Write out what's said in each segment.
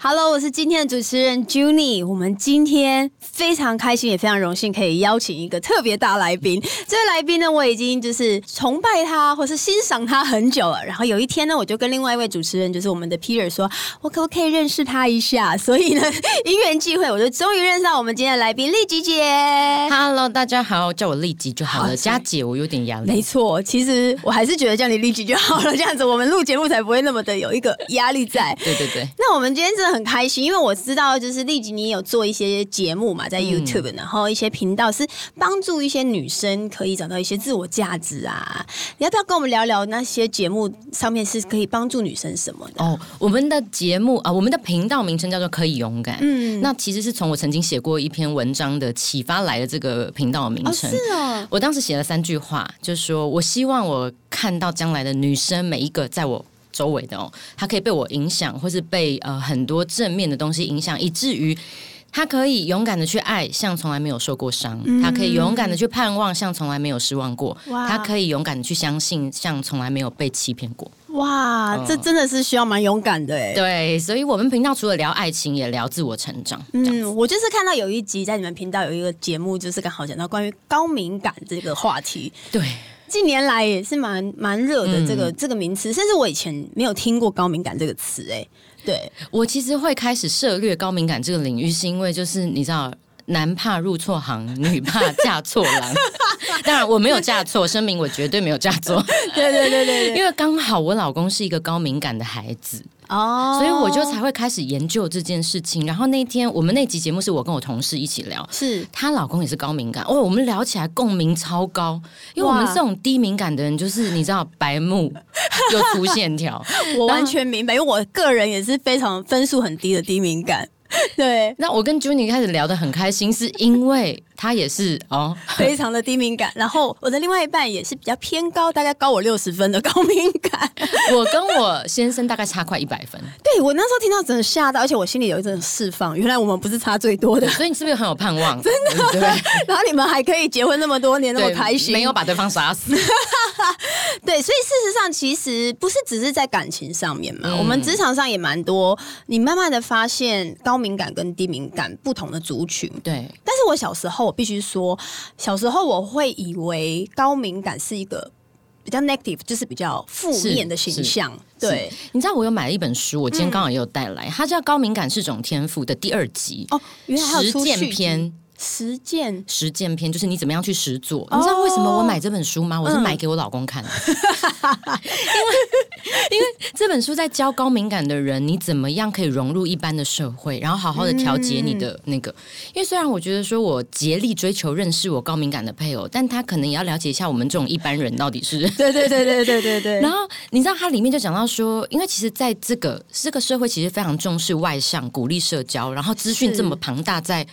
Hello，我是今天的主持人 Junie。我们今天非常开心，也非常荣幸可以邀请一个特别大来宾。这位来宾呢，我已经就是崇拜他或是欣赏他很久了。然后有一天呢，我就跟另外一位主持人，就是我们的 Peter 说，我可不可以认识他一下？所以呢，因缘际会，我就终于认识到我们今天的来宾丽吉姐。 Hello，大家好，叫我丽吉就好哎好了。佳姐，我有点压力。没错，其实我还是觉得叫你丽吉就好了，这样子我们录节目才不会那么的有一个压力在。对对对，那我们今天真的很开心，因为我知道就是丽吉你有做一些节目嘛，在嗯 YouTube，、然后一些频道是帮助一些女生可以找到一些自我价值啊。你要不要跟我们聊聊那些节目上面是可以帮助女生什么的？哦，我们的节目啊、我们的频道名称叫做“可以勇敢”。嗯，那其实是从我曾经写过一篇文章的启发来的这个频道的名哦称。是哦，我当时写了三句话，就说我希望我看到将来的女生每一个在我周围的哦，她可以被我影响，或是被呃很多正面的东西影响，以至于。她可以勇敢的去爱，像从来没有受过伤；她可以勇敢的去盼望，像从来没有失望过；嗯哇她可以勇敢的去相信，像从来没有被欺骗过。哇，这真的是需要蛮勇敢的哎。嗯对，所以我们频道除了聊爱情，也聊自我成长。嗯，我就是看到有一集在你们频道有一个节目，就是刚好讲到关于高敏感这个话题，对，近年来也是蛮蛮热的这个、这个名词，甚至我以前没有听过高敏感这个词哎。对，我其实会开始涉略高敏感这个领域，是因为就是你知道。男怕入错行，女怕嫁 错郎。当然，我没有嫁错，声明我绝对没有嫁错， 对对对对对，因为刚好我老公是一个高敏感的孩子，哦，所以我就才会开始研究这件事情。然后那天我们那集节目是我跟我同事一起聊，是她老公也是高敏感哦，我们聊起来共鸣超高，因为我们哇这种低敏感的人，就是你知道白目又粗线 条，我完全明白，因为我个人也是非常分数很低的低敏感， 对，那我跟 Juni 开始聊得很开心，是因为他也是哦，非常的低敏感。然后我的另外一半也是比较偏高，大概高我六十分的高敏感。我跟我先生大概差快一百分， 对我那时候听到真的吓到，而且我心里有一种释放，原来我们不是差最多 的。所以你是不是很有盼望？真的，对然后你们还可以结婚那么多 年，那么对，开心，没有把对方 杀死。对，所以事实上，其实不是只是在感情上面嘛，我们职场上也蛮多。你慢慢的发现高敏感跟低敏感不同的族群，对，但是我小时候，我必须说，小时候我会以为高敏感是一个比较 negative，就是比较负面的形象。对，嗯你知道我有买了一本书，我今天刚好也有带来，它叫《高敏感是种天赋》的第二集。哦，原来还有实出践续集篇，实践实践篇就是你怎么样去实做。你知道为什么我买这本书吗？我是买给我老公看的， 因为因为这本书在教高敏感的人，你怎么样可以融入一般的社会，然后好好的调节你的那个。因为虽然我觉得说我竭力追求认识我高敏感的配偶，但他可能也要了解一下我们这种一般人到底是对对对对对对对 然。后你知道它里面就讲到说，因为其实在这个这个社会，其实非常重视外向，鼓励社交，然后资讯是这么庞大，在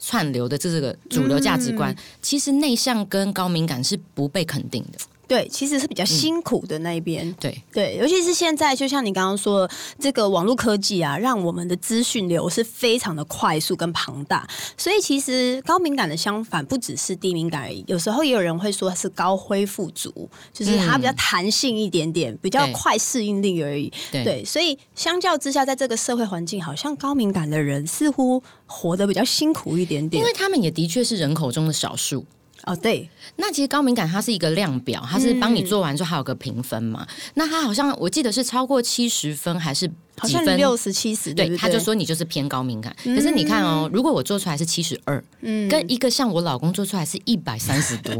串流的这个主流价值观，嗯其实内向跟高敏感是不被肯定的。对，其实是比较辛苦的那一边。对，对，尤其是现在，就像你刚刚说的，这个网络科技啊，让我们的资讯流是非常的快速跟庞大，所以其实高敏感的相反不只是低敏感而已，有时候也有人会说是高恢复族，就是它比较弹性一点点，比较嗯对快适应力而已。对所以相较之下，在这个社会环境，好像高敏感的人似乎活得比较辛苦一点因点。为他们也的确是人口中的少数。哦，对，那其实高敏感它是一个量表，它是帮你做完之后还有个评分嘛。那它好像我记得是超过七十分还是好几像分？六十七十，对，不对嗯他就说你就是偏高敏感。可是你看哦，如果我做出来是七十二，跟一个像我老公做出来是一百三十 多，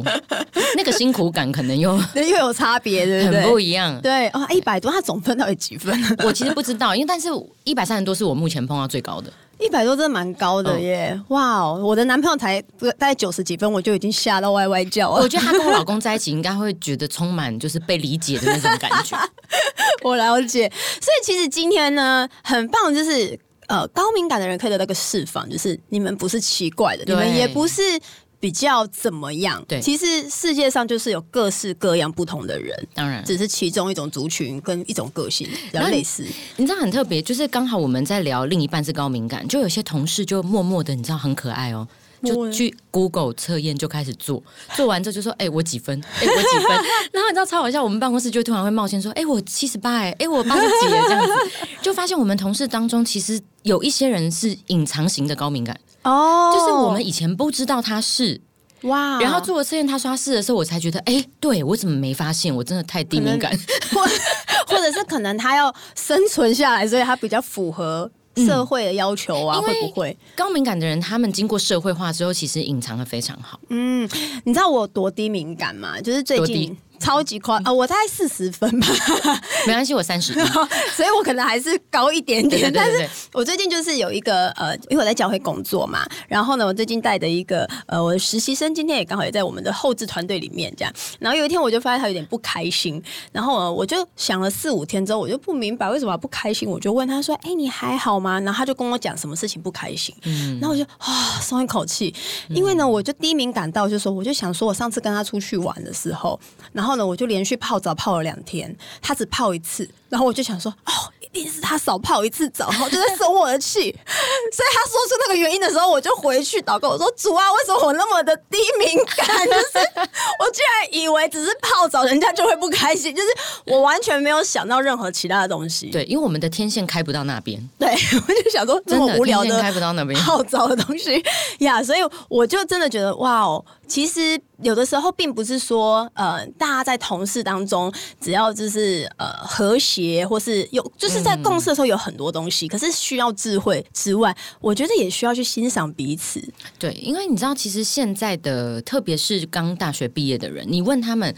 那个辛苦感可能又对 又有差别，对不很对？不一样。对哦，一百多，他总分到底几分？我其实不知道，因为但是一百三十多是我目前碰到 最高的。一百多真的蛮高嗯的耶！哇哦，我的男朋友才大概九十几分，我就已经吓到歪歪叫我了。觉得他跟我老公在一起应该会觉得充满就是被理解的那种感觉。 我了解，所以其实今天呢，很棒，就是呃，高敏感的人可以得到一个释放，就是你们不是奇怪的，你对们也不是。比较怎么样。对其实世界上就是有各式各样不同的人，当然，只是其中一种族群跟一种个性比较类似。嗯你知道很特别，就是刚好我们在聊另一半是高敏感，就有些同事就默默的，你知道很可爱哦。默默就地去 Google 测验就开始做，做完之后就说：“哎、我几分？哎、我几分？”然后你知道超好笑，我们办公室就突然会冒现说：“哎、我七十八，哎，哎，我八十几耶，这样子。”就发现我们同事当中其实有一些人是隐藏型的高敏感，哦啊就是我们以前不知道他是，哇然后做了测验他说他是的时候，我才觉得：“哎、对我怎么没发现？我真的太低敏感。” 或或者是可能他要生存下来，所以他比较符合社会的要求啊，嗯因为会不会？ 高敏感的人，他们经过社会化之后，其实隐藏的非常好。嗯，你知道我多低敏感吗？就是最多近低超级夸啊、我大概四十分吧，没关系，我三 十。所以我可能还是高一点对对点，对但对是对，我最近就是有一个呃，因为我在教会工作嘛，然后呢，我最近带的一个呃，我的实习生今天也刚好也在我们的后置团队里面这样。然后有一天我就发现他有点不开心，然后呃我就想了四五天之后，我就不明白为什么不开心，我就问他说：“哎、你还好吗？”然后他就跟我讲什么事情不开心，然后我就啊松一口气，因为呢，我就第一敏感到就是说，我就想说我上次跟他出去玩的时候，然后呢，我就连续泡澡泡了两天，他只泡一次，然后我就想说，哦，一定是他少泡一次澡，然后就在生我的气。所 以他说出那个原因的时候，我就回去祷告，我说主啊，为什么我那么的低敏感？就是 我居然以为只是泡澡，人家就会不开心，就是我完全没有想到任何其他的东西。对，因为我们的天线开不到那边，对， 我就想说这真么的无聊天线的开不到那边。好糟的东西呀所以我就真的觉得哇哦，其实有的时候并不是说呃，大家在同事当中只要就是呃和谐，或是有就是在共事的时候有很多东西，可是需要智慧之外，我觉得也需要去欣赏彼此。对，因为你知道，其实现在的，特别是刚大学毕业的人，你问他们，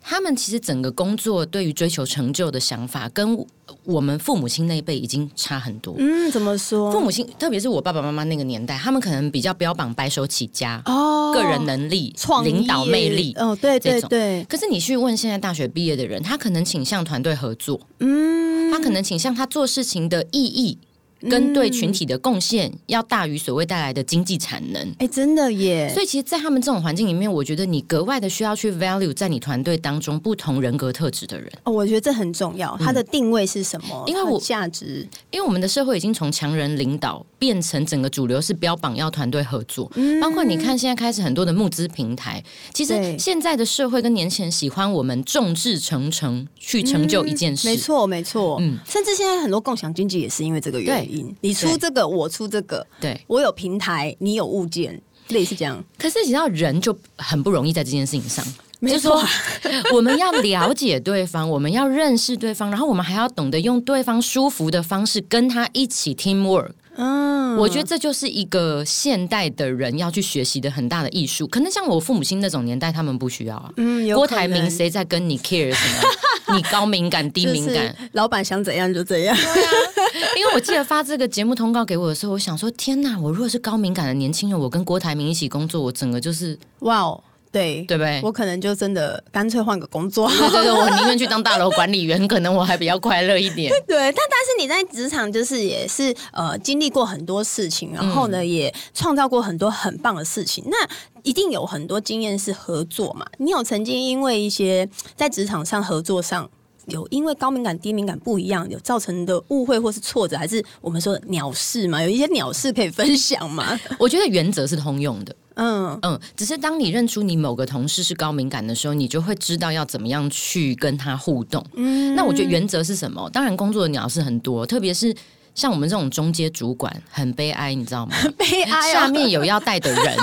他们其实整个工作对于追求成就的想法，跟我们父母亲那一辈已经差很多。嗯，怎么说？父母亲，特别是我爸爸妈妈那个年代，他们可能比较标榜白手起家、哦个人能力、创业领导魅力。哦，对对这种对，可是你去问现在大学毕业的人，他可能倾向团队合作，嗯，他可能倾向他做事情的意义跟对群嗯体的贡献要大于所谓带来的经济产能。哎、真的耶，所以，其实，在他们这种环境里面，我觉得你格外的需要去 value 在你团队当中不同人格特质的人，哦，我觉得这很重要，它的定位是什么？嗯因为它的我价值，因为我们的社会已经从强人领导变成整个主流是标榜要团队合作，包括你看现在开始很多的募资平台，其嗯对实现在的社会跟年前喜欢我们众志成城去成就一件事，嗯没错，没错，嗯甚至现在很多共享经济也是因为这个原因，你出这个，我出这个，对。我有平台，你有物件，类似这样，可是你知道，人就很不容易在这件事情上。没就错说， 我们要了解对方，我们要认识对方，然后我们还要懂得用对方舒服的方式跟他一起 team work。嗯，我觉得这就是一个现代的人要去学习的很大的艺术。可能像我父母亲那种年代，他们不需要啊。嗯，有郭可台铭能谁在跟你 care 什 么？你高敏感、低敏感，就是老板想怎样就怎样，因为我记得发这个节目通告给我的时候，我想说：天哪！我如果是高敏感的年轻人，我跟郭台铭一起工作，我整个就是哇哦，对，对不对？我可能就真的干脆换个工作。对对对，我宁愿去当大楼管理员，可能我还比较快乐一点。对，但但是你在职场就是也是呃经历过很多事情，然后呢、也创造过很多很棒的事情，那一定有很多经验是合作嘛。你有曾经因为一些在职场上合作上有因为高敏感低敏感不一样有造成的误会或是挫折，还是我们说的鸟事嘛？有一些鸟事可以分享 吗？我觉得原则是通用的，嗯，嗯，只是当你认出你某个同事是高敏感的时候，你就会知道要怎么样去跟他互动。嗯，那我觉得原则是什么？当然，工作的鸟是很多，特别是。像我们这种中阶主管很悲哀，你知道吗？ 悲哀啊下面有要带的 人，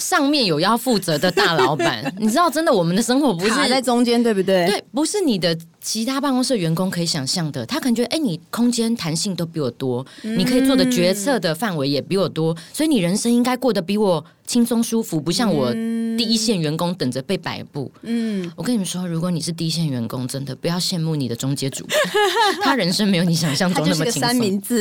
上面有要负责的大老板，你知道，真的我们的生活不是卡在中间，对不对？对，不是你的其他办公室员工可以想象的。他可能觉得，哎、你空间弹性都比我多，嗯你可以做的决策的范围也比我多，所以你人生应该过得比我轻松舒服，不像我嗯第一线员工等着被摆布。嗯，我跟你们说，如果你是第一线员工，真的不要羡慕你的中 介主管，他人生没有你想象它中就那是么个轻三松。明治，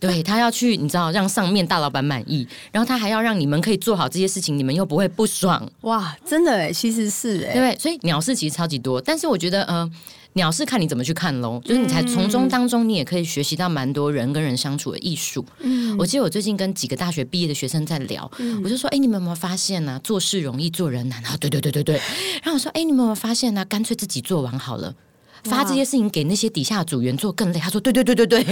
对他要去，你知道，让上面大老板满意，然后他还要让你们可以做好这些事情，你们又不会不爽。哇，真的哎，其实是哎，对，所以鸟事其实超级多，但是我觉得，呃，鸟是看你怎么去看喽，就是你才从中当中你也可以学习到蛮多人跟人相处的艺术。我记得我最近跟几个大学毕业的学生在聊，我就说：“哎、你们有没有发现呢、做事容易，做人难啊？”对对对对对。然后我说：“哎、你们有没有发现呢、干脆自己做完好了。”发这些事情给那些底下的组员做更累，他说对对对对对，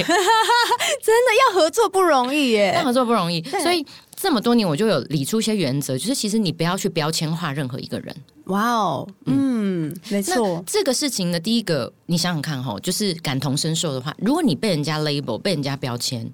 真的要合作不容易耶。那合作不容易，所以这么多年我就有理出一些原则，就是其实你不要去标签化任何一个人，哇哦，嗯，没那错，这个事情呢，第一个你想想看哈、就是感同身受的话，如果你被人家 label、被人家标签，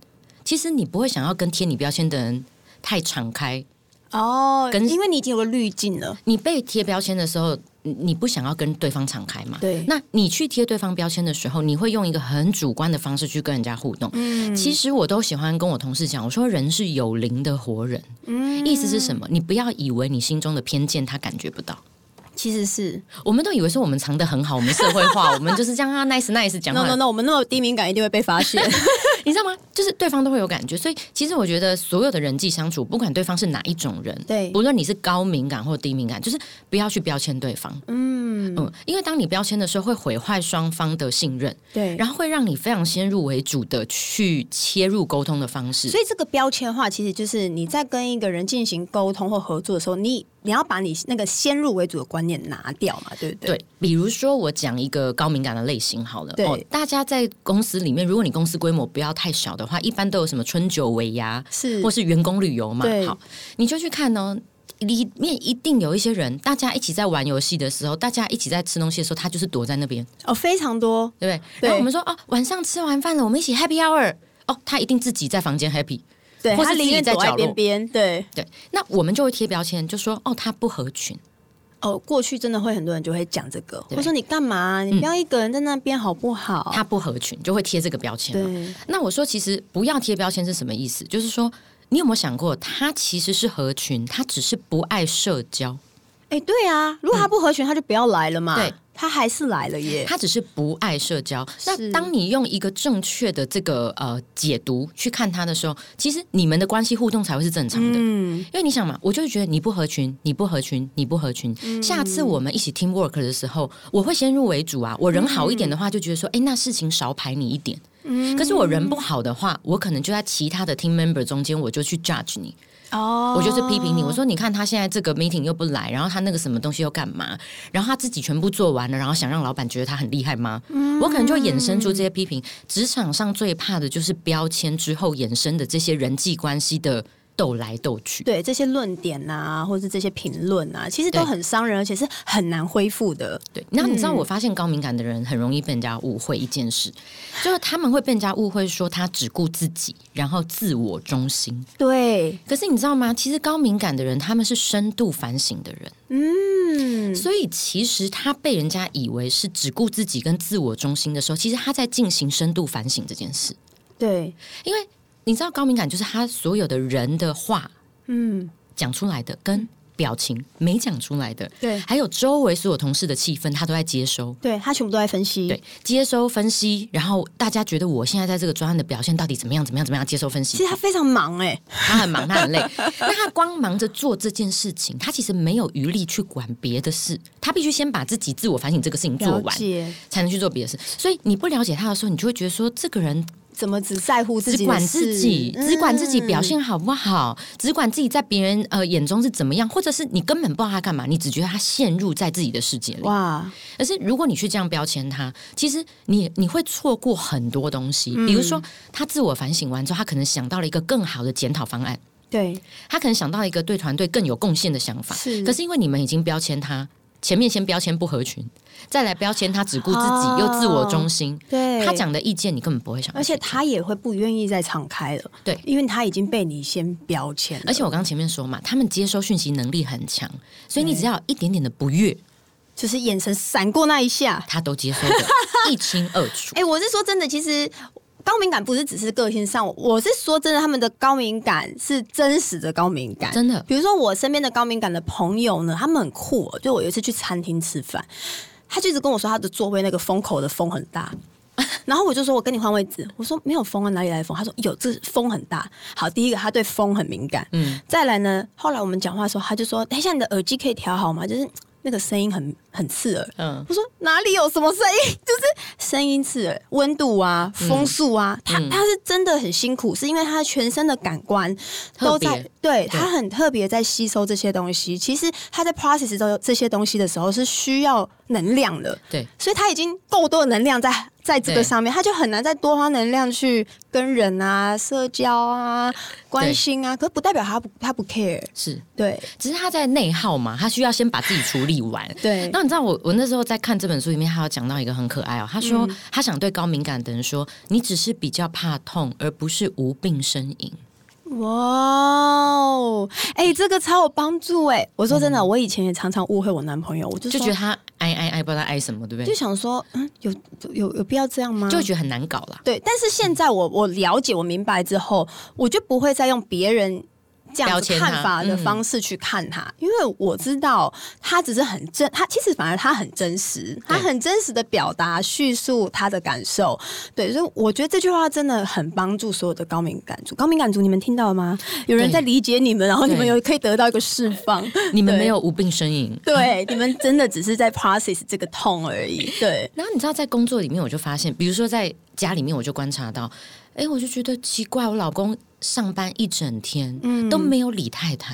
其实你不会想要跟贴你标签的人太敞开。哦，跟因为你已经有个滤镜了，你被贴标签的时候，你你不想要跟对方敞开嘛？对那你去贴对方标签的时候，你会用一个很主观的方式去跟人家互动。嗯其实我都喜欢跟我同事讲，我说人是有灵的活人，嗯，意思是什么？你不要以为你心中的偏见他感觉不到。其实是我们都以为说我们藏得很好，我们社会化，我们就是这样啊，nice nice 讲话 no no no，我们那么低敏感一定会被发现，你知道吗？就是对方都会有感觉，所以其实我觉得所有的人际相处，不管对方是哪一种人， 对不论你是高敏感或低敏感，就是不要去标签对方，嗯，嗯，因为当你标签的时候，会毁坏双方的信任，对。然后会让你非常先入为主的去切入沟通的方式。所以这个标签化其实就是你在跟一个人进行沟通或合作的时候，你你要把你那个先入为主的观念拿掉嘛，对不对？对，比如说我讲一个高敏感的类型好了，哦对大家在公司里面，如果你公司规模不要太小的话，一般都有什么春酒尾牙，是或是员工旅游嘛对，好，你就去看哦。里面一定有一些人，大家一起在玩游戏的时候，大家一起在吃东西的时候，他就是躲在那边，哦，非常多，对不对？对然后我们说哦，晚上吃完饭了，我们一起 Happy Hour。哦，他一定自己在房间 Happy。对，或是他自己宁愿在躲在角落边边，对，对，那我们就会贴标签，就说哦，他不合群。哦，过去真的会很多人就会讲这个，对嗯或说你干嘛？你不要一个人在那边好不好？他不合群，就会贴这个标签嘛。哦对，那我说，其实不要贴标签是什么意思？就是说，你有没有想过，他其实是合群，他只是不爱社交，哎，对啊，如果他不合群，他就不要来了嘛。对，他还是来了耶。他只是不爱社交。是那当你用一个正确的这个呃解读去看他的时候，其实你们的关系互动才会是正常的。嗯，因为你想嘛，我就会觉得你不合群，你不合群，你不合群。嗯下次我们一起 team work 的时候，我会先入为主啊。我人好一点的嗯话，就觉得说，哎、那事情少排你一点。可是我人不好的话，我可能就在其他的 team member 中间，我就去 judge 你，哦，我就是批评你。我说，你看他现在这个 meeting 又不来，然后他那个什么东西又干嘛？然后他自己全部做完了，然后想让老板觉得他很厉害吗？我可能就会衍生出这些批评。职场上最怕的就是标签之后衍生的这些人际关系的斗来斗去。对这些论点啊，或是这些评论啊，其实都对很伤人，而且是很难恢复的。对，然后你知道，我发现高敏感的人很容易被人家误会一件事，就是他们会被人家误会说他只顾自己，然后自我中心。对，可是你知道吗？其实高敏感的人他们是深度反省的人，嗯，所以其实他被人家以为是只顾自己跟自我中心的时候，其实他在进行深度反省这件事。对，因为你知道，高敏感就是他所有的人的话嗯，讲出来的跟表情没讲出来的，对还有周围所有同事的气氛，他都在接收。对他全部都在分析。对，接收分析，然后大家觉得我现在在这个专案的表现到底怎么样？怎么样？怎么样？接收分其析实，他非常忙哎、他很忙，他 很累。那他光忙着做这件事情，他其实没有余力去管别的事。他必须先把自己自我反省这个事情做了完，解才能去做别的事。所以你不了解他的时候，你就会觉得说，这个人怎么只在乎自己只的管事自己，只管自己表嗯现好不好，只管自己在别人呃眼中是怎么样，或者是你根本不知道他干嘛，你只觉得他陷入在自己的世界里。哇，可是如果你去这样标签他，其实你你会错过很多东西。嗯比如说，他自我反省完之后，他可能想到了一个更好的检讨方案，对，他可能想到了一个对团队更有贡献的想法。是可是因为你们已经标签他，前面先标签不合群，再来标签他只顾自己哦又自我中心，对他讲的意见你根本不会想要而去且听。他也会不愿意再敞开了，对因为他已经被你先标签了，而且我刚前面说嘛，他们接收讯息能力很强，所以你只要有一点点的不悦，就是眼神闪过那一下。他都接收的 一清二楚。哎、我是说真的，其实高敏感不是只是个性上，我是说真的，他们的高敏感是真实的高敏感，真的比如说我身边的高敏感的朋友呢，他们很酷、哦，就我有一次去餐厅吃饭，他就一直跟我说他的座位那个风口的风很 大。然后我就说，我跟你换位置。我说没有风啊，哪里来的风？他说有，这风很大。好，第一个他对风很敏感，嗯，再来呢，后来我们讲话的时候，他就说，等一下你的耳机可以调好吗？就是那个声音很很刺耳。嗯，我说哪里有什么声音？ 就是声音刺耳、温度啊、嗯风速啊，他他是真的很辛苦，是因为他全身的感官都特别在，对他很特别在吸收这些东西。其实他在 process 这这些东西的时候是需要能量的，对，所以他已经够多的能量在在这个对上面，他就很难再多花能量去跟人啊、社交啊、关心啊。可不代表他不他不 care，是，对只是他在内耗嘛，他需要先把自己处理完。对那你知道我我那时候在看这本书里面，他有讲到一个很可爱哦，他说、嗯他想对高敏感的人说，你只是比较怕痛，而不是无病呻吟。哇哦，哎、嗯这个超有帮助哎、我说真的，我以前也常常误会我男朋友，我就就说觉得他哀哀哀，不知道他哀什么，对不就对？想说，嗯，有有有必要这样吗？就觉得很难搞啦。对，但是现在我我了解我明白之后，我就不会再用别人。这样标子签看他法的嗯方式去看他，因为我知道他只是很真，他其实反而他很真实，他对很真实的表达叙述他的感受，对，所以我觉得这句话真的很帮助所有的高敏感族。高敏感族，你们听到了吗？有人对在理解你们，然后你们对有可以得到一个释放。 你们 对没有无病呻吟。对，你们真的只是在 process 这个痛而已。对，然后你知道，在工作里面，我就发现，比如说在家里面，我就观察到，哎，我就觉得奇怪，我老公上班一整天，都没有理太太，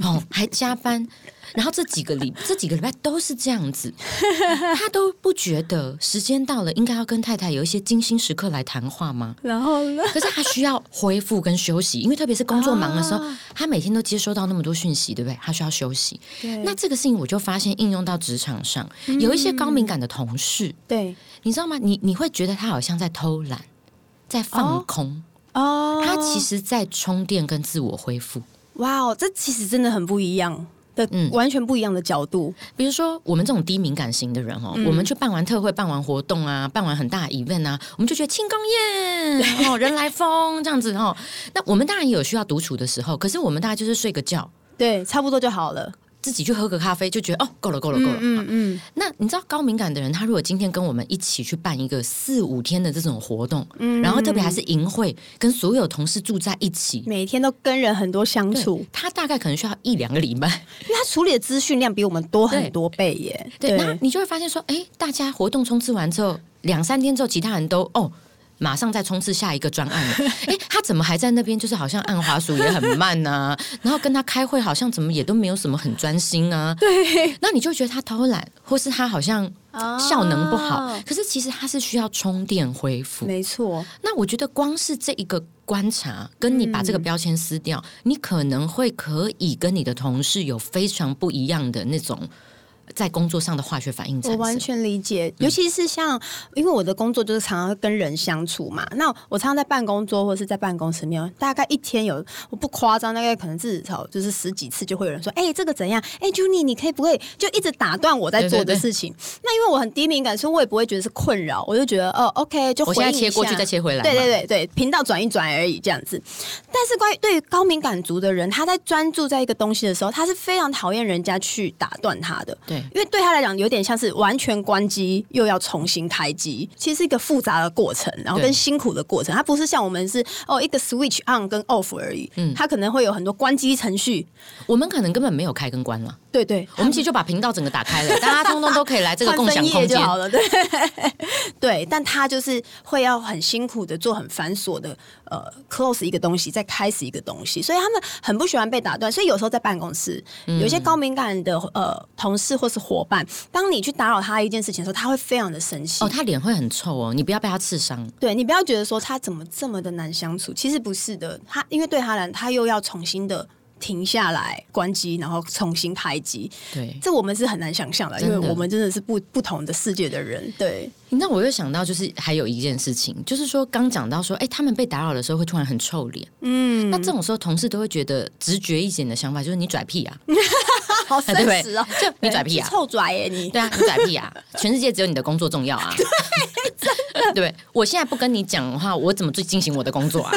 哦，还加班。然后这几个礼这几个礼拜都是这样子， 他都不觉得时间到了，应该要跟太太有一些精心时刻来谈话吗？然后呢？可是他需要恢复跟休息，因为特别是工作忙的时候，他每天都接收到那么多讯息，对不对？他需要休息。对那这个事情我就发现应用到职场上，有一些高敏感的同事，对你知道吗？你你会觉得他好像在偷懒，在放空，哦，他其实在充电跟自我恢复。哇哦，这其实真的很不一样的，嗯完全不一样的角度。比如说，我们这种低敏感型的人嗯哦，我们去办完特会、办完活动啊、办完很大的 event 啊，我们就觉得庆功宴 哦，人来疯这样子哦。那我们当然也有需要独处的时候，可是我们大概就是睡个觉，对，差不多就好了。自己去喝个咖啡，就觉得哦，够了，够了，够了。嗯嗯，那你知道高敏感的人，他如果今天跟我们一起去办一个四五天的这种活动，嗯然后特别还是营会，跟所有同事住在一起，每天都跟人很多相对处，他大概可能需要一两个礼拜。因为他处理的资讯量比我们多很多倍耶。对，那你就会发现说，哎，大家活动冲刺完之后，两三天之后，其他人都哦。马上再冲刺下一个专 案了，哎，他怎么还在那边？就是好像按滑鼠也很慢呐、 然后跟他开会好像怎么也都没有什么很专心啊。对，那你就觉得他偷懒，或是他好像哦效能不好，可是其实他是需要充电恢复。没错，那我觉得光是这一个观察，跟你把嗯这个标签撕掉，你可能会可以跟你的同事有非常不一样的那种在工作上的化学反应产我完生。嗯全理解，尤其是像因为我的工作就是常常会跟人相处嘛，那我常常在办公桌或者是在办公室里面，大概一天有我不夸张，大概可能至少就是十几次就会有人说，哎、这个怎样？哎、j u n i 你可以不可以就一直打断我在做对的对对事情？那因为我很低敏感，所以我也不会觉得是困扰，我就觉得哦，OK，就我现在回应一切过去下再切回来嘛对对对对，频道转一转而已这样子。但是关于对于高敏感族的人，他在专注在一个东西的时候，他是非常讨厌人家去打断他的。对因为对他来讲有点像是完全关机又要重新开机，其实是一个复杂的过程，然后对跟辛苦的过程。它不是像我们是哦嗯一个 switch on 跟 off 而已，嗯，它可能会有很多关机程序。我们可能根本没有开跟关了，对对，我们其实就把频道整个打开 了，大家通通都可以来这个换共享分页空就间。好了，对 对，但他就是会要很辛苦的做很繁琐的呃 close 一个东西，再开始一个东西，所以他们很不喜欢被打断。所以有时候在办公室，嗯有一些高敏感的呃同事或是伙伴，当你去打扰他一件事情的时候，他会非常的生气。哦，他脸会很臭哦，你不要被他刺伤。对你不要觉得说他怎么这么的难相处，其实不是的，他因为对他来，他又要重新的停下来关机，然后重新开机，对，这我们是很难想象的，因真为的我们真的是不不同的世界的人，对，那我又想到，就是还有一件事情，就是说刚讲到说，哎、他们被打扰的时候会突然很臭脸。嗯， 那这种时候，同事都会觉得直觉一点的想法就是你拽屁啊，好对不对真实哦，就 你拽屁啊你 臭拽耶你，对啊，你拽屁啊！全世界只有你的工作重要啊！对，对 不对？我现在不跟你讲的话，我怎么去进行我的工作啊？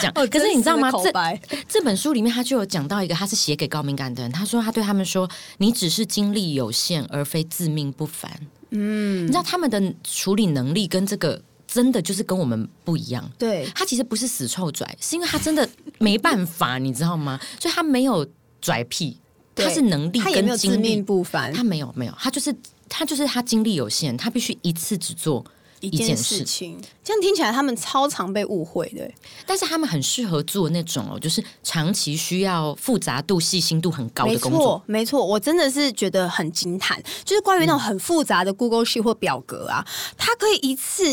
讲， 可是你知道吗？哦真实的口这白这本书里面他就有讲到一个，他是写给高敏感的人，他说他对他们说：“你只是精力有限，而非自命不凡。”嗯，你知道他们的处理能力跟这个真的就是跟我们不一样。对他其实不是死臭拽，是因为他真的没办法，你知道吗？所以他没有拽屁。对他是能力他也没跟有自精力命不凡，他没有没有，他就是他就是他精力有限，他必须一次只做一一件件事事情，这样听起来他们超常被误会的。但是他们很适合做那种哦，就是长期需要复杂度、细心度很高没的工作。错，没错，我真的是觉得很惊叹，就是关于那种嗯很复杂的 Google Sheet 或表格啊，它可以一次。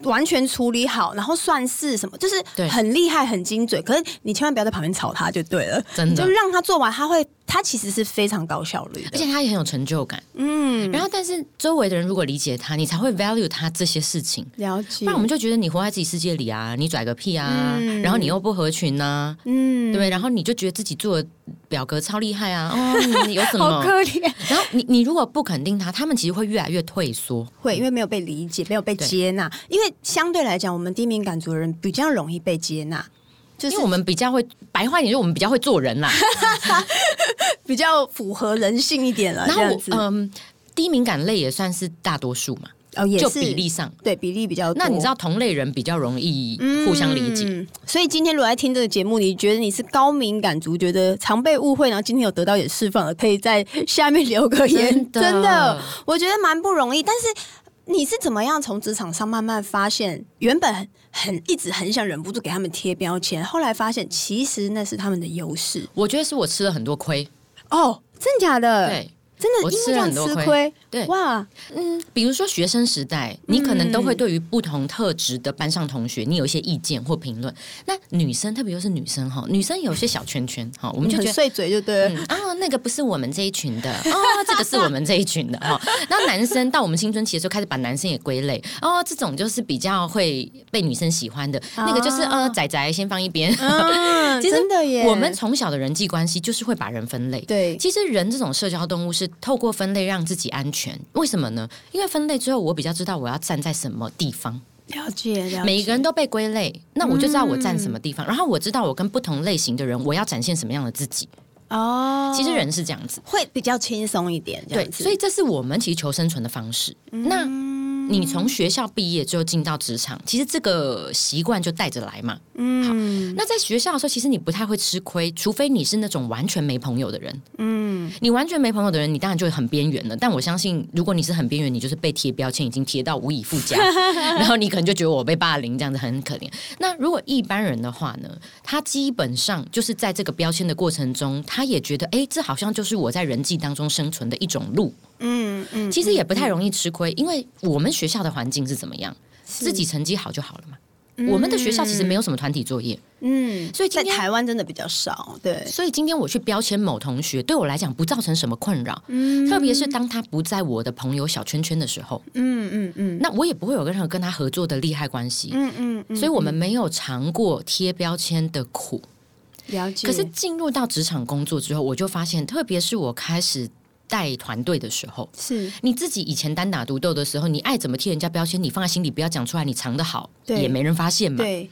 完全处理好，然后算是什么，就是对很厉害、很精准。可是你千万不要在旁边吵他就对了，真的你就让他做完，他会，他其实是非常高效率而的。且他也很有成就感，嗯，然后但是周围的人如果理解他，你才会 value 他这些事情，了解不然我。们就觉得你活在自己世界里啊，你拽个屁啊，嗯然后你又不合群呐、嗯，对不对？然后你就觉得自己做的表格超厉害啊，哦，你有 什好么？可 怜，然后你你如果不肯定他，他们其实会越来越退缩。会因为没有被理解，没有被对接纳。因为相对来讲，我们低敏感族的人比较容易被接纳，就因是为我们比较会白话一点，就是我们比较会 做人啦。比较符合人性一点了。然后这样我子，嗯，低敏感类也算是大多数嘛，哦，也呃就是比例上。对比例比较多。那你知道同类人比较容易互相理解，嗯所以今天如果在听这个节目，你觉得你是高敏感族，觉得常被误会，然后今天有得到一点释放了，可以在下面留个言。真的我觉得蛮不容易。但是你是怎么样从职场上慢慢发现，原本很很一直很想忍不住给他们贴标签，后来发现其实那是他们的优势。我觉得是我吃了很多亏。哦，真假的？，对，真的我因为吃这了样很多吃亏亏。对哇，比如说学生时代，你可能都会嗯对于不同特质的班上同学，你有一些意见或评论。那女生，特别又是女生哈，女生有些小圈圈哈，我们就觉很得碎嘴就对了。嗯啊、那个不是我们这一群的， 哦，这个是我们这一群的哦。然后男生到我们青春期的时候，开始把男生也归类，哦，这种就是比较会被女生喜欢的，那个就是啊呃，仔仔先放一边。 嗯，其实真的耶，我们从小的人际关系就是会把人分类。对其实人这种社交动物是透过分类让自己安全，为什么呢？因为分类之后，我比较知道我要站在什么地方。了解了解，嗯每一个人都被归类，那我就知道我站什么地方，然后我知道我跟不同类型的人，我要展现什么样的自己。哦，其实人是这样子。会比较轻松一点，这对样，子。嗯所以这是我们其实求生存的方式。那你从学校毕业之后进到职场，其实这个习惯就带着来嘛。嗯，那在学校的时候，其实你不太会吃亏，除非你是那种完全没朋友的人。嗯，你完全没朋友的人，你当然就会很边缘了。但我相信，如果你是很边缘，你就是被贴标签，已经贴到无以复 加，然后你可能就觉得我被霸凌，这样子很可怜。那如果一般人的话呢，他基本上就是在这个标签的过程中，他也觉得，哎、这好像就是我在人际当中生存的一种路。嗯嗯，其实也不太容易吃亏，因为我们学校的环境是怎么样，是自己成绩好就好了嘛。我们的学校其实没有什么团体作业，嗯，所以今在天，台湾真的比较少，对，所以今天我去标签某同学，对我来讲不造成什么困扰。特别是当他不在我的朋友小圈圈的时候，嗯嗯嗯那我也不会有任何跟他合作的利害关系。嗯嗯嗯，所以我们没有尝过贴标签的苦。了解。可是进入到职场工作之后，我就发现，特别是我开始带团队的时候，是你自己以前单打独斗的时候，你爱怎么贴人家标签，你放在心里不要讲出来，你藏得好对也没人发现嘛。对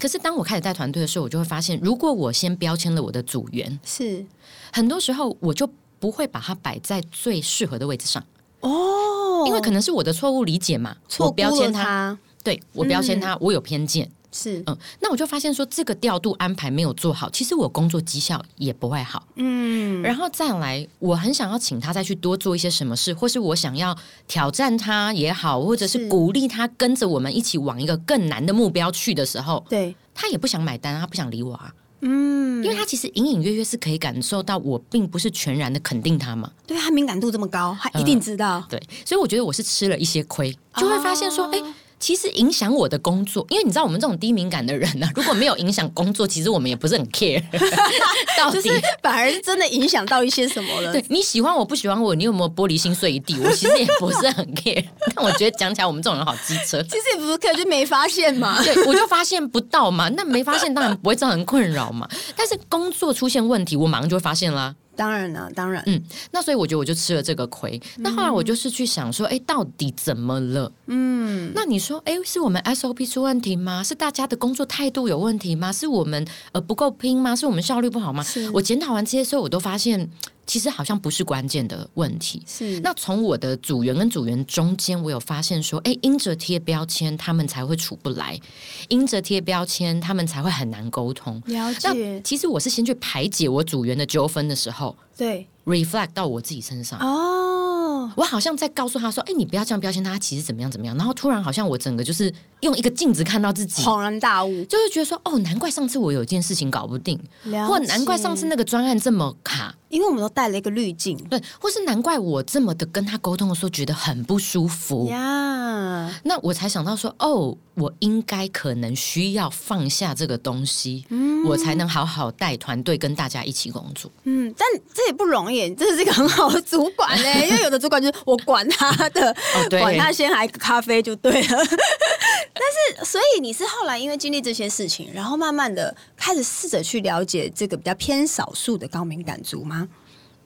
可是当我开始带团队的时候，我就会发现，如果我先标签了我的组员，是很多时候我就不会把它摆在最适合的位置上，哦，因为可能是我的错误理解嘛，错我估标了签嗯他，他对我标签他，我有偏见。是嗯，那我就发现说这个调度安排没有做好，其实我工作绩效也不会好。嗯然后再来，我很想要请他再去多做一些什么事，或是我想要挑战他也好，或者是是鼓励他跟着我们一起往一个更难的目标去的时候，对他也不想买单，他不想理我啊，嗯，因为他其实隐隐约约是可以感受到我并不是全然的肯定他嘛，对他敏感度这么高，他一定知道，对，所以我觉得我是吃了一些亏，就会发现说，哦哎、其实影响我的工作，因为你知道我们这种低敏感的人呢、啊如果没有影响工作，其实我们也不是很 care 到底。就是反而是真的影响到一些什么了。对你喜欢我不喜欢我，你有没有玻璃心碎一地？我其实也不是很 care，但 我觉得讲起来我们这种人好机车。其实也不是可以，就没发现嘛。对，我就发现不到嘛，那没发现当然不会造成困扰嘛。但是工作出现问题，我马上就会发现啦。当然啦，当然，嗯，那所以我觉得我就吃了这个亏。那后来我就是去想说，哎，到底怎么了？嗯，那你说，哎，是我们 SOP 出问题吗？是大家的工作态度有问题吗？是我们呃不够拼吗？是我们效率不好吗是？我检讨完这些之后，我都发现其实好像不是关键的问题。是那从我的组员跟组员中间，我有发现说，哎，因着贴标签，他们才会处不来；因着贴标签，他们才会很难沟通。了那解，其实我是先去排解我组员的纠纷的时候对，reflect 到我自己身上。哦，我好像在告诉他说：“哎、你不要这样标签他，他其实怎么样怎么样。”然后突然好像我整个就是用一个镜子看到自己，恍然大悟，就会觉得说：“哦，难怪上次我有一件事情搞不定，或或难怪上次，那个专案这么卡，因为我们都带了一个滤镜对，或是难怪我这么的跟他沟通的时候觉得很不舒服。呀，那我才想到说，哦，我应该可能需要放下这个东西，我才能好好带团队跟大家一起工作。嗯，但这也不容易，这是一个很好的主管呢、因为有的主管就是我管他的，哦对管他先来个咖啡就对了。 但是，所以你是后来因为经历这些事情，然后慢慢的开始试着去了解这个比较偏少数的高敏感族吗？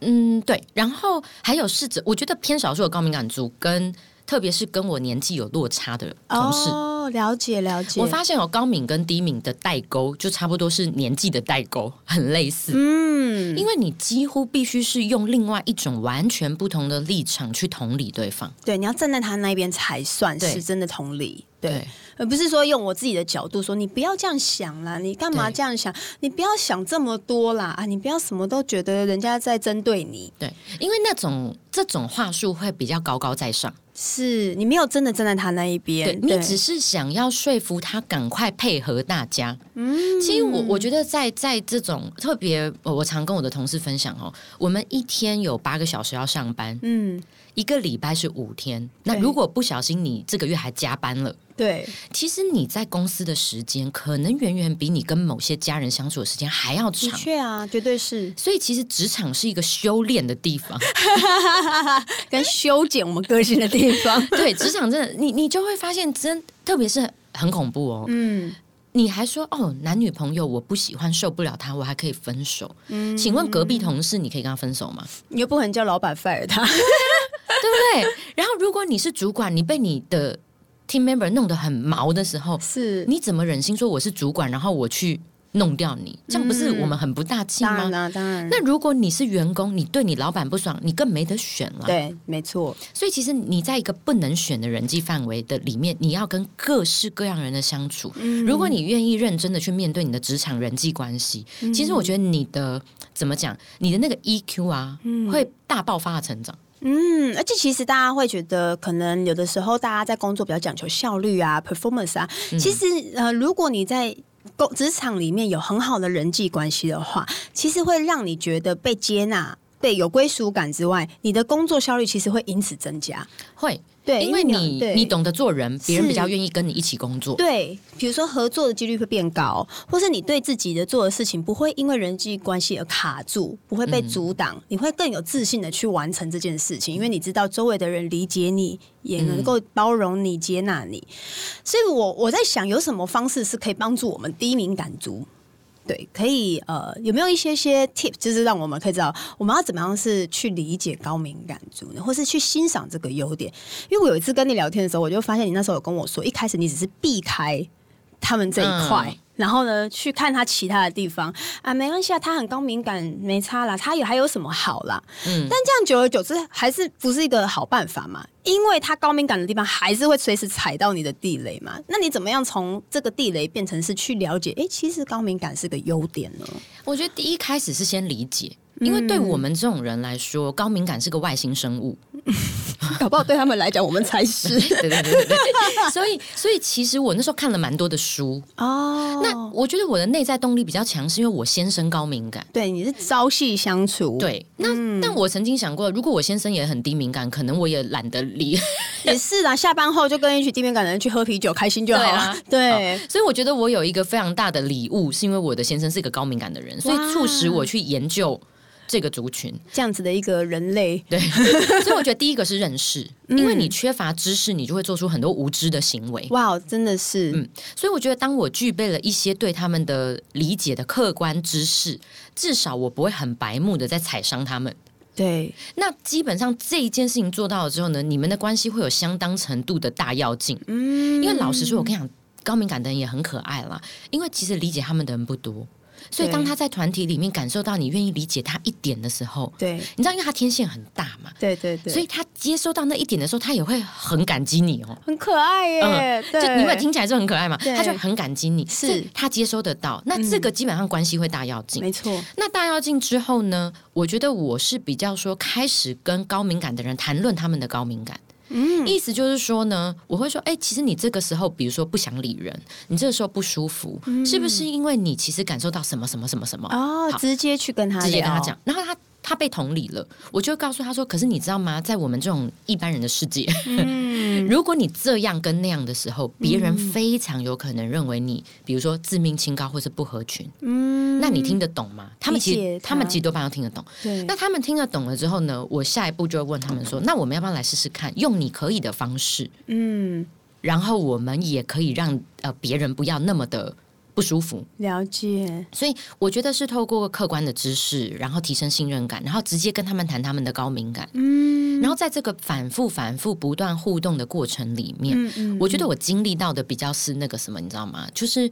嗯，对。然后还有试着，我觉得偏少数的高敏感族跟，特别是跟我年纪有落差的同事。哦，了解了解，我发现有高敏跟低敏的代沟，就差不多是年纪的代沟，很类似。嗯，因为你几乎必须是用另外一种完全不同的立场去同理对方。对，你要站在他那边才算是对真的同理，对，而不是说用我自己的角度说，你不要这样想啦，你干嘛对这样想？你不要想这么多啦，啊，你不要什么都觉得人家在针对你，对，因为那种这种话术会比较高高在上，是你没有真的站在他那一对边，你只是想要说服他赶快配合大家。嗯，其实我我觉得在在这种特别，呃我常跟我的同事分享哦，我们一天有八个小时要上班，嗯，一个礼拜是五天。那对如果不小心你这个月还加班了，对，其实你在公司的时间可能远远比你跟某些家人相处的时间还要的长。确啊，绝对是所以其实职场是一个修炼的地方，跟修剪我们个性的地方，对，职场真的，你你就会发现真，特别是很恐怖哦。 嗯，你还说哦，男女朋友我不喜欢，受不了他，我还可以分手。嗯请问隔壁同事，你可以跟他分手吗？ 你又不可能叫老板 fire 他，对不对？然后如果你是主管，你被你的 team member 弄得很毛的时候， 是你怎么忍心说我是主管，然后我去弄掉你？这样不是我们很不大气嗯当然吗？啦、当然，那如果你是员工，你对你老板不爽，你更没得选了。对，没错，所以其实你在一个不能选的人际范围的里面，你要跟各式各样人的相处。如果你愿意认真的去面对你的职场人际关系，其实我觉得你的怎么讲，你的那个 EQ 啊，会大爆发的成长。嗯，而且其实大家会觉得，可能有的时候大家在工作比较讲求效率啊、performance 啊。其实呃，如果你在工职场里面有很好的人际关系的话，其实会让你觉得被接纳、被有归属感之外，你的工作效率其实会因此增加。会，对，因为你对你懂得做人，别人是比较愿意跟你一起工作。对，比如说合作的几率会变高，或是你对自己的做的事情不会因为人际关系而卡住，不会被阻挡，你会更有自信的去完成这件事情，因为你知道周围的人理解你，也能够包容你、接纳你。所以我我在想，有什么方式是可以帮助我们低敏感族？对，可以呃，有没有一些些 tip，就是让我们可以知道我们要怎么样是去理解高敏感族呢，或是去欣赏这个优点？因为我有一次跟你聊天的时候，我就发现你那时候有跟我说，一开始你只是避开他们这一块。嗯然后呢，去看他其他的地方啊，没关系啊，他很高敏感，没差啦，他有还有什么好啦？嗯但这样久而久之还是不是一个好办法嘛？因为他高敏感的地方还是会随时踩到你的地雷嘛。那你怎么样从这个地雷变成是去了解？诶，其实高敏感是个优点 呢。我觉得第一开始是先理解。因为对我们这种人来说，高敏感是个外星生物， 搞不好对他们来讲，我们才是对对对对对，所以所以其实我那时候看了蛮多的书，哦。那我觉得我的内在动力比较强，是因为我先生高敏感。对你是朝夕相处，，对，那、但我曾经想过，如果我先生也很低敏感，可能我也懒得理。 也是啦。下班后就跟一群地面感的人去喝啤酒，开心就好啊了。 对，所以我觉得我有一个非常大的礼物，是因为我的先生是一个高敏感的人，所以促使我去研究这个族群。这样子的一个人类，对，所以我觉得第一个是认识，因为你缺乏知识，你就会做出很多无知的行为。哇，真的是，嗯所以我觉得，当我具备了一些对他们的理解的客观知识，至少我不会很白目的在踩伤他们。对，那基本上这一件事情做到了之后呢，你们的关系会有相当程度的大跃进。嗯嗯，因为老实说，我跟你讲，高敏感的人也很可爱啦，因为其实理解他们的人不多。所以对当他在团体里面感受到你愿意理解他一点的时候，对你知道，因为他天线很大嘛，对对对，所以他接收到那一点的时候，他也会很感激你哦。很可爱耶。嗯就对，你们听起来就很可爱嘛，对他就很感激你，是嗯所以他接收得到。那这个基本上关系会大要进。没错，那大要进之后呢，我觉得我是比较说开始跟高敏感的人谈论他们的高敏感。嗯，意思就是说呢，我会说，哎、其实你这个时候，比如说不想理人，你这个时候不舒服，是不是因为你其实感受到什么什么什么什么？哦，好直接去跟他直接跟他聊讲，，然后他他被同理了，我就告诉他说，可是你知道吗，在我们这种一般人的世界，嗯 如果你这样跟那样的时候，别人非常有可能认为你，比如说自命清高或是不合群，嗯，那你听得懂吗？他们其理解实他他们其实多半都听得懂。对，那他们听得懂了之后呢，我下一步就会问他们说，那我们要不要来试试看，用你可以的方式，嗯，然后我们也可以让呃别人不要那么的不舒服。了解，所以我觉得是透过客观的知识，然后提升信任感，然后直接跟他们谈他们的高敏感。嗯，然后在这个反复、反复、不断互动的过程里面，嗯嗯，我觉得我经历到的比较是那个什么，你知道吗？就是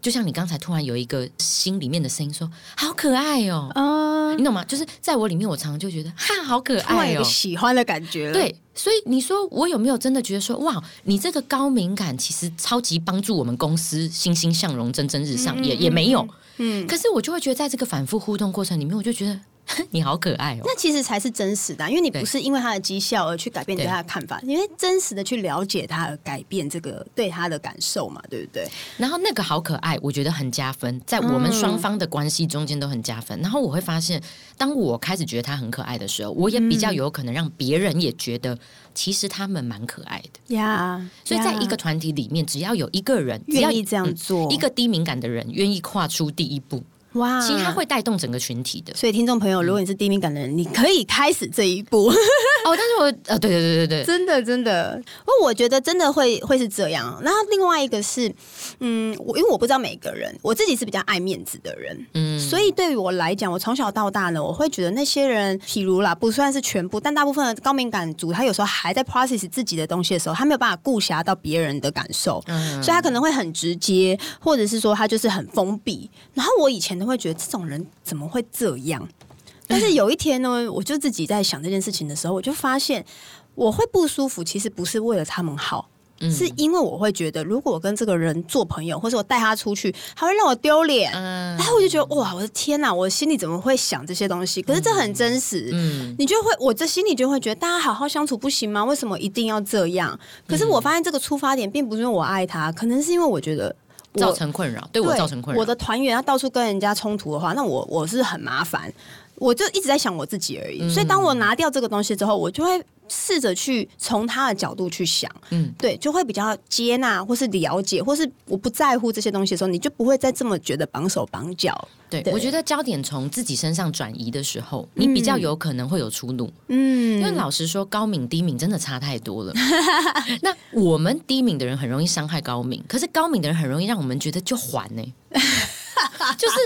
就像你刚才突然有一个心里面的声音说：“好可爱哦！”啊，你懂吗？就是在我里面，我常常就觉得哈，好可突然爱有个哦。喜欢的感觉了，，对，所以你说我有没有真的觉得说，哇，你这个高敏感其实超级帮助我们公司欣欣向荣、蒸蒸日上，也也没有。嗯。可是我就会觉得，在这个反复互动过程里面，我就觉得 你好可爱哦。那其实才是真实的啊、因为你对不是因为他的绩效而去改变你对对他的看法，因为真实的去了解他而改变这个对他的感受嘛，对不对？然后那个好可爱，我觉得很加分，在我们双方的关系中间都很加分。然后我会发现，当我开始觉得他很可爱的时候，我也比较有可能让别人也觉得，其实他们蛮可爱的。呀、所以在呀一个团体里面，只要有一个人只要愿意这样做，一个低敏感的人愿意跨出第一步，哇，其实他。会嗯带动整个群体的。所以，听众朋友，如果你是低敏感的人，你可以开始这一步。 哦，但是我呃，对对对对对，真的真的，我我觉得真的会会是这样。然后另外一个是，嗯，我因为我不知道每个人，我自己是比较爱面子的人，嗯，所以对于我来讲，我从小到大呢，我会觉得那些人，譬如啦，不算是全部，但大部分的高敏感族，他有时候还在 process 自己的东西的时候，他没有办法顾暇到别人的感受，嗯所以他可能会很直接，或者是说他就是很封闭。然后我以前都会觉得这种人怎么会这 样？但是有一天呢，我就自己在想这件事情的时候，我就发现我会不舒服，其实不是为了他们好。嗯是因为我会觉得，如果我跟这个人做朋友，或者我带他出去，他会让我丢脸，嗯然后我就觉得哇，我的天哪，我心里怎么会想这些东西？可是这很真实，嗯，你就会，我这心里就会觉得，大家好好相处不行吗？为什么一定要这样？可是嗯我发现这个出发点并不是因为我爱他，可能是因为我觉得我造成困扰，对我对造成困扰。我的团员他到处跟人家冲突的话，那我我是很麻烦。我就一直在想我自己而已，嗯所以当我拿掉这个东西之后，我就会试着去从他的角度去想，嗯嗯，对，就会比较接纳或是了解，或是我不在乎这些东西的时候，你就不会再这么觉得绑手绑脚，对，对我觉得焦点从自己身上转移的时候，你比较有可能会有出路。嗯因为老实说，高敏低敏真的差太多了。 那我们低敏的人很容易伤害高敏，可是高敏的人很容易让我们觉得就还 呢、就是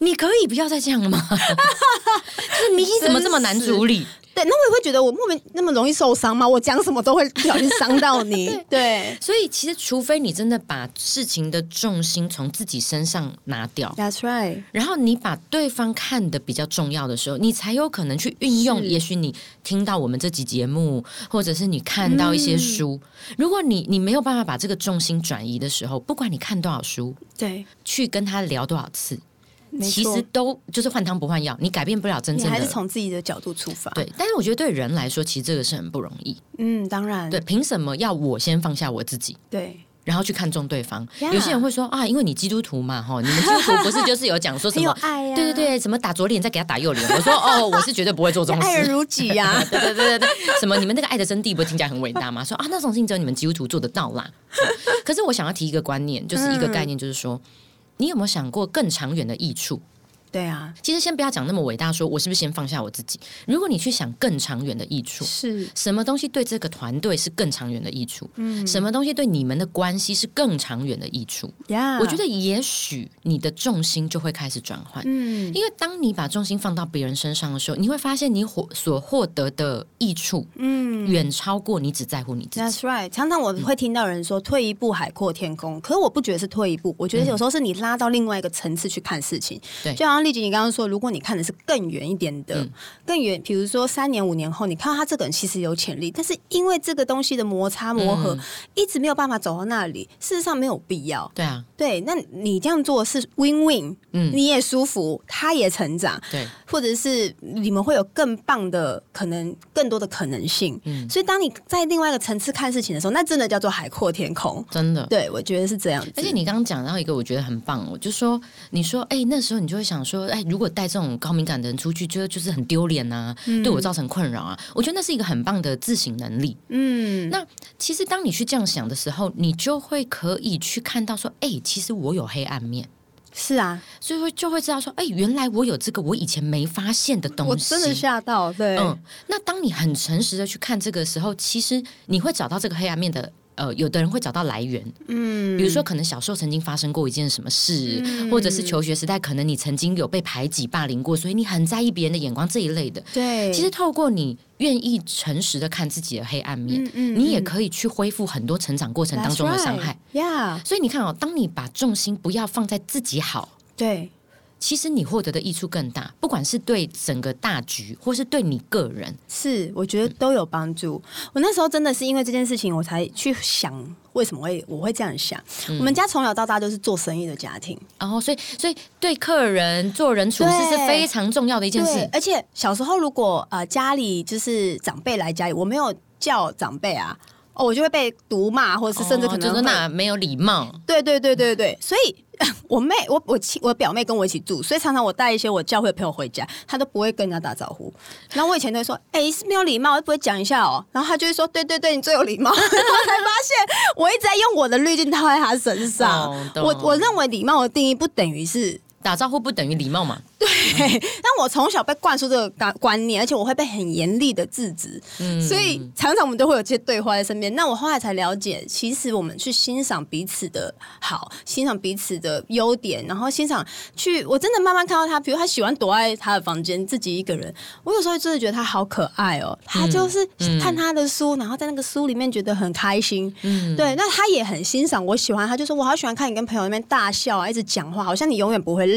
你可以不要再这样了吗？就是你怎么这么难处理？对，那我也会觉得我莫名那么容易受伤吗？我讲什么都会不小心伤到你， 对所以其实，除非你真的把事情的重心从自己身上拿掉， ，That's right，然后你把对方看得比较重要的时候，你才有可能去运用。是也许你听到我们这集节目，或者是你看到一些书，嗯如果你你没有办法把这个重心转移的时候，不管你看多少书，对，去跟他聊多少次，没其错实，都就是换汤不换药，你改变不了真你正还是的。从自己的角度出发，对，但是我觉得对人来说，其实这个是很不容易。嗯，当然，对，凭什么要我先放下我自己？对。然后去看中对方。 Yeah 有些人会说啊，因为你基督徒嘛，哈，你们基督徒不是就是有讲 说什么很有爱呀对对对，什么打左脸再给他打右脸。 我说哦，我是绝对不会做这种爱人事。如己呀、对 对对对对，什么你们那个爱的真谛不是听起来很伟大吗？说啊，那种事情只有你们基督徒做得到啦。可是我想要提一个观念，就是一个概念，就是说，你有没有想过更长远的益处？对啊，其实先不要讲那么伟大，说我是不是先放下我自己？如果你去想更长远的益处，是什么东西对这个团队是更长远的益处？嗯，什么东西对你们的关系是更长远的益处？呀我觉得也许你的重心就会开始转换。嗯因为当你把重心放到别人身上的时候，你会发现你获所获得的益处嗯。远超过你只在乎你自己。 That's right。常常我会听到人说“退一步海阔天空”，可是我不觉得是退一步，我觉得有时候是你拉到另外一个层次去看事情。嗯对就好像丽姐你刚刚说，如果你看的是更远一点的，嗯更远，比如说三年、五年后，你看到他这个人其实有潜力，但是因为这个东西的摩擦磨合，嗯一直没有办法走到那里，事实上没有必要。对啊，对，那你这样做是 win win，嗯你也舒服，他也成长，对，或者是你们会有更棒的可能，更多的可能性。嗯所以当你在另外一个层次看事情的时候，那真的叫做海阔天空。真的。对，我觉得是这样子。而且你刚刚讲到一个我觉得很棒，哦我就说，你说，哎、那时候你就会想说，哎、如果带这种高敏感的人出去，就就是很丢脸呐，嗯对我造成困扰啊。我觉得那是一个很棒的自省能力。嗯，那其实当你去这样想的时候，你就会可以去看到说，哎、其实我有黑暗面，是啊，所以会就会知道说，哎、原来我有这个我以前没发现的东西。我真的吓到，对，嗯，那当你很诚实的去看这个时候，其实你会找到这个黑暗面的。呃，有的人会找到来源，嗯，比如说可能小时候曾经发生过一件什么事，嗯或者是求学时代可能你曾经有被排挤、霸凌过，所以你很在意别人的眼光这一类的。对，其实透过你愿意诚实的看自己的黑暗面，嗯你也可以去恢复很多成长过程当中的伤害。呀所以你看哦，当你把重心不要放在自己好，对，其实你获得的益处更大，不管是对整个大局，或是对你个人。是，我觉得都有帮助。我那时候真的是因为这件事情，我才去想为什么会我会这样想。嗯我们家从小到大都是做生意的家庭，然后、哦所以所以对客人做人处事对是非常重要的一件对事，。而且小时候如果呃家里就是长辈来家里，我没有叫长辈啊，哦，我就会被毒骂，或者是甚至可哦就能是会那没有礼貌，对对对对对，所以呃我妹我我亲我表妹跟我一起住，所以常常我带一些我教会的朋友回家，她都不会跟人家打招呼。然后我以前都会说，哎、是没有礼貌，我都不会讲一下哦。然后她就会说，对对对，你最有礼貌。我才发现我一直在用我的滤镜套在她身上。哦懂我我认为礼貌的定义不等于是。打招呼不等于礼貌嘛？嘿嘿但我从小被灌输这个观观念，而且我会被很严厉的制止，嗯所以常常我们都会有这些对话在身边。那我后来才了解，其实我们去欣赏彼此的好，欣赏彼此的优点，然后欣赏去，我真的慢慢看到他，比如他喜欢躲在他的房间自己一个人，我有时候真的觉得他好可爱哦。他就是嗯看他的书，然后在那个书里面觉得很开心。嗯对，那他也很欣赏我喜欢他，就说我好喜欢看你跟朋友那边大笑啊，一直讲话，好像你永远不会累。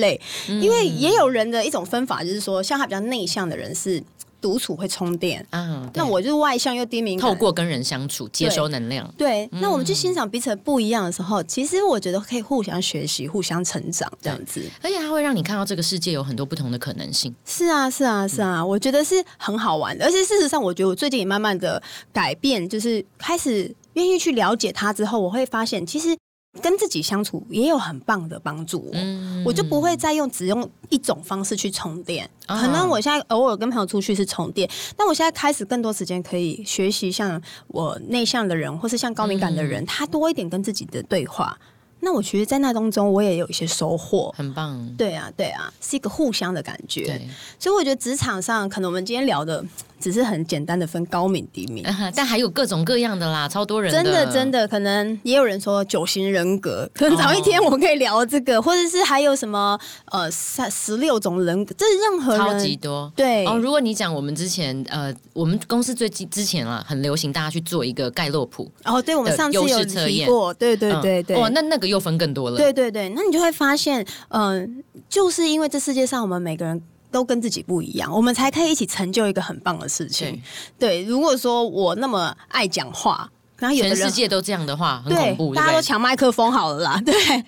嗯因为也有人的一种分法就是说，像他比较内向的人是独处会充电。啊，对那我就是外向又低敏感。透过嗯跟人相处接收能量，对，那我们去欣赏彼此的不一样的时候，其实我觉得可以互相学习、互相成长，这样子。而且它会让你看到这个世界有很多不同的可能性。是啊，是啊，是嗯啊，我觉得是很好玩的。而且事实上，我觉得我最近也慢慢的改变，就是开始愿意去了解他之后，我会发现其实跟自己相处也有很棒的帮助我。哦嗯我就不会再用只用一种方式去充电。啊可能我现在偶尔跟朋友出去是充电，但我现在开始更多时间可以学习像我内向的人，或是像高敏感的人，嗯他多一点跟自己的对话。那我其实，在那当中，我也有一些收获。很棒。对啊，对啊，是一个互相的感觉。对， 所以我觉得职场上，可能我们今天聊的只是很简单的分高敏低敏。但还有各种各样的啦，超多人真的的真的，可能也有人说九型人哦格，可能早一天我们可以聊这个，或 者是还有什么呃三十六种人格，这是任何人超级多。对、哦，如果你讲我们之前呃，我们公司最近之前啊，很流行大家去做一个盖洛普，哦，对我们的上次优势有测提验过，对对嗯对对。哦，那那个又分更多了，对对对，那你就会发现，嗯、就是因为这世界上我们每个人都跟自己不一样，我们才可以一起成就一个很棒的事情。对，如果说我那么爱讲话，然后有的全人世界都这样的话，很对恐怖，，大家对都不对抢麦克风好了啦，对对，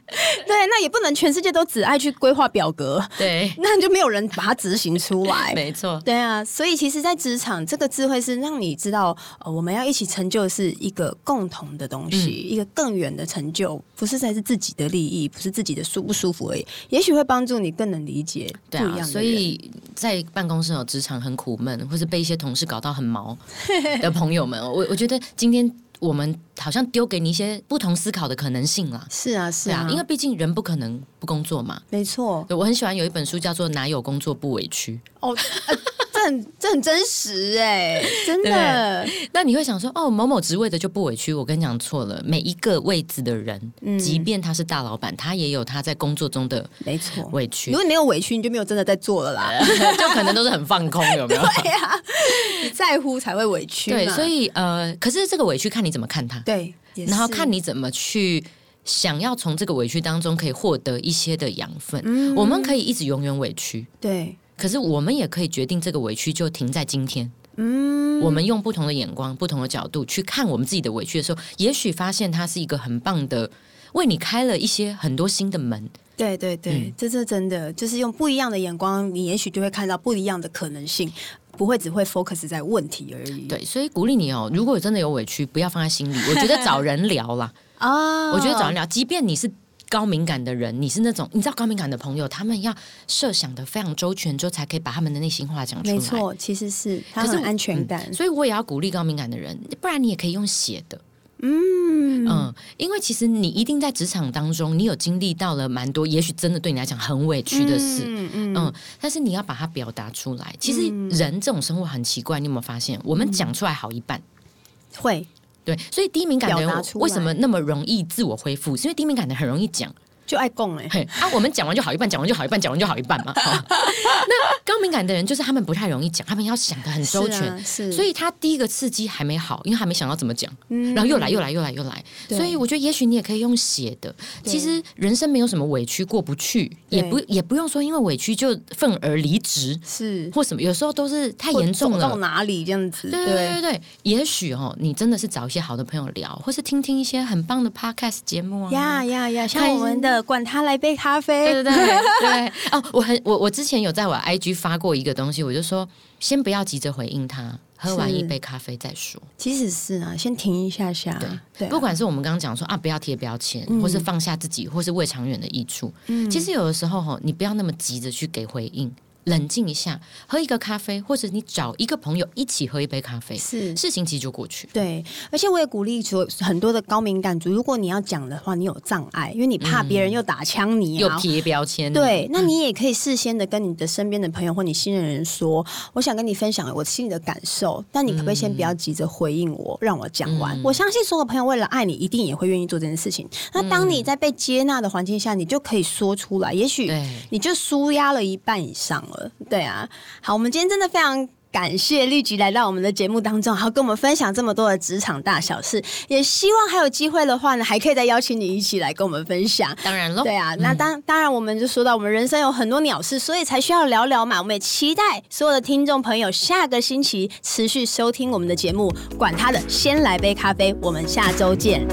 那也不能全世界都只爱去规划表格，对，那就没有人把它执行出来。 没错，对啊，所以其实，在职场，这个智慧是让你知道，呃，我们要一起成就是一个共同的东西，嗯一个更远的成就，不是再是自己的利益，不是自己的舒不舒服而已。也许会帮助你更能理解不对一样的啊，人。所以在办公室有职场很苦闷，或是被一些同事搞到很毛的朋友们，我我觉得今天我们讨好像丢给你一些不同思考的可能性啦。是啊，是对啊啊，，因为毕竟人不可能不工作嘛。没错，对我很喜欢有一本书叫做《哪有工作不委屈哦，呃这很这很真实哎， 真的，》。那你会想说，哦，某某职位的就不委屈？我跟你讲错了，每一个位置的人，嗯即便他是大老板，他也有他在工作中的没错。委如 屈，果你没有委屈，你就没有真的在做了啦。就可能都是很放空，有没有？对呀、你在乎才会委屈嘛。对，所以呃，可是这个委屈看你怎么看它，对，也然后是看你怎么去想要从这个委屈当中可以获得一些的养分。嗯我们可以一直永远委屈，对，可是我们也可以决定这个委屈就停在今天。嗯，我们用不同的眼光、不同的角度去看我们自己的委屈的时候，也许发现它是一个很棒的，为你开了一些很多新的门。对对嗯对，这是真的，就是用不一样的眼光，你也许就会看到不一样的可能性，不会只会 focus 在问题而已。对，所以鼓励你哦，如果真的有委屈，不要放在心里。我觉得找人聊啦，啊，我觉得找人聊，即便你是。高敏感的人，你是那种你知道高敏感的朋友，他们要设想的非常周全之后，才可以把他们的内心话讲出来。没错，其实是它可是很我嗯安全感。所以我也要鼓励高敏感的人，不然你也可以用写的。嗯因为其实你一定在职场当中，你有经历到了蛮多，也许真的对你来讲很委屈的事，嗯嗯嗯，但是你要把它表达出来。其实人这种生活很奇怪，你有没有发现？我嗯们讲出来好一半，会对，所以低敏感的表达人出来为什么那么容易自我恢复？是因为低敏感的人很容易讲，就爱供哎、嘿，啊，我们讲完就好一半，讲完就好一半，讲完就好一 半嘛。好那高敏感的人就是他们不太容易讲，他们要想的很周全，是啊、是所以他第一个刺激还没好，因为还没想到怎么讲，然后又来又来又来又来，嗯对所以我觉得也许你也可以用写的。对其实人生没有什么委屈过不去，对也不也不用说因为委屈就愤而离职是或什么，有时候都是太严重走到了。哪里这样子？对对对对对，也许哦，你真的是找一些好的朋友聊，或是听听一些很棒的 podcast 节目啊。呀呀呀！像开我们的管他来杯咖啡， 对对对对哦！我很我我之前有在我 IG 发过一个东西，我就说先不要急着回应他，喝完一是杯咖啡再说。其实是啊，先停一下下，对啊，嗯不管是我们刚刚讲说啊，不要贴标签，或是放下自己，或是为长远的益处。其实有的时候吼，你不要那么急着去给回应，冷静一下，喝一个咖啡，或者你找一个朋友一起喝一杯咖啡，是事情其实就过去。对，而且我也鼓励所很多的高敏感族，如果你要讲的话，你有障碍，因为你怕别人又打枪你又嗯啊。贴标签，对，那你也可以事先的跟你的身边的朋友或你信任的人说，我想跟你分享我心里的感受，但你可不可以先不要急着回应我，让我讲完？我相信所有朋友为了爱你，一定也会愿意做这件事情。那当你在被接纳的环境下，你就可以说出来，也许对你就舒压了一半以上了。对啊，好，我们今天真的非常。感谢丽菊来到我们的节目当中，好跟我们分享这么多的职场大小事，也希望还有机会的话呢，还可以再邀请你一起来跟我们分享。当然喽，对啊，那当当然，我们就说到我们人生有很多鸟事，所以才需要聊聊嘛。我们也期待所有的听众朋友下个星期持续收听我们的节目，管他的，先来杯咖啡，我们下周见。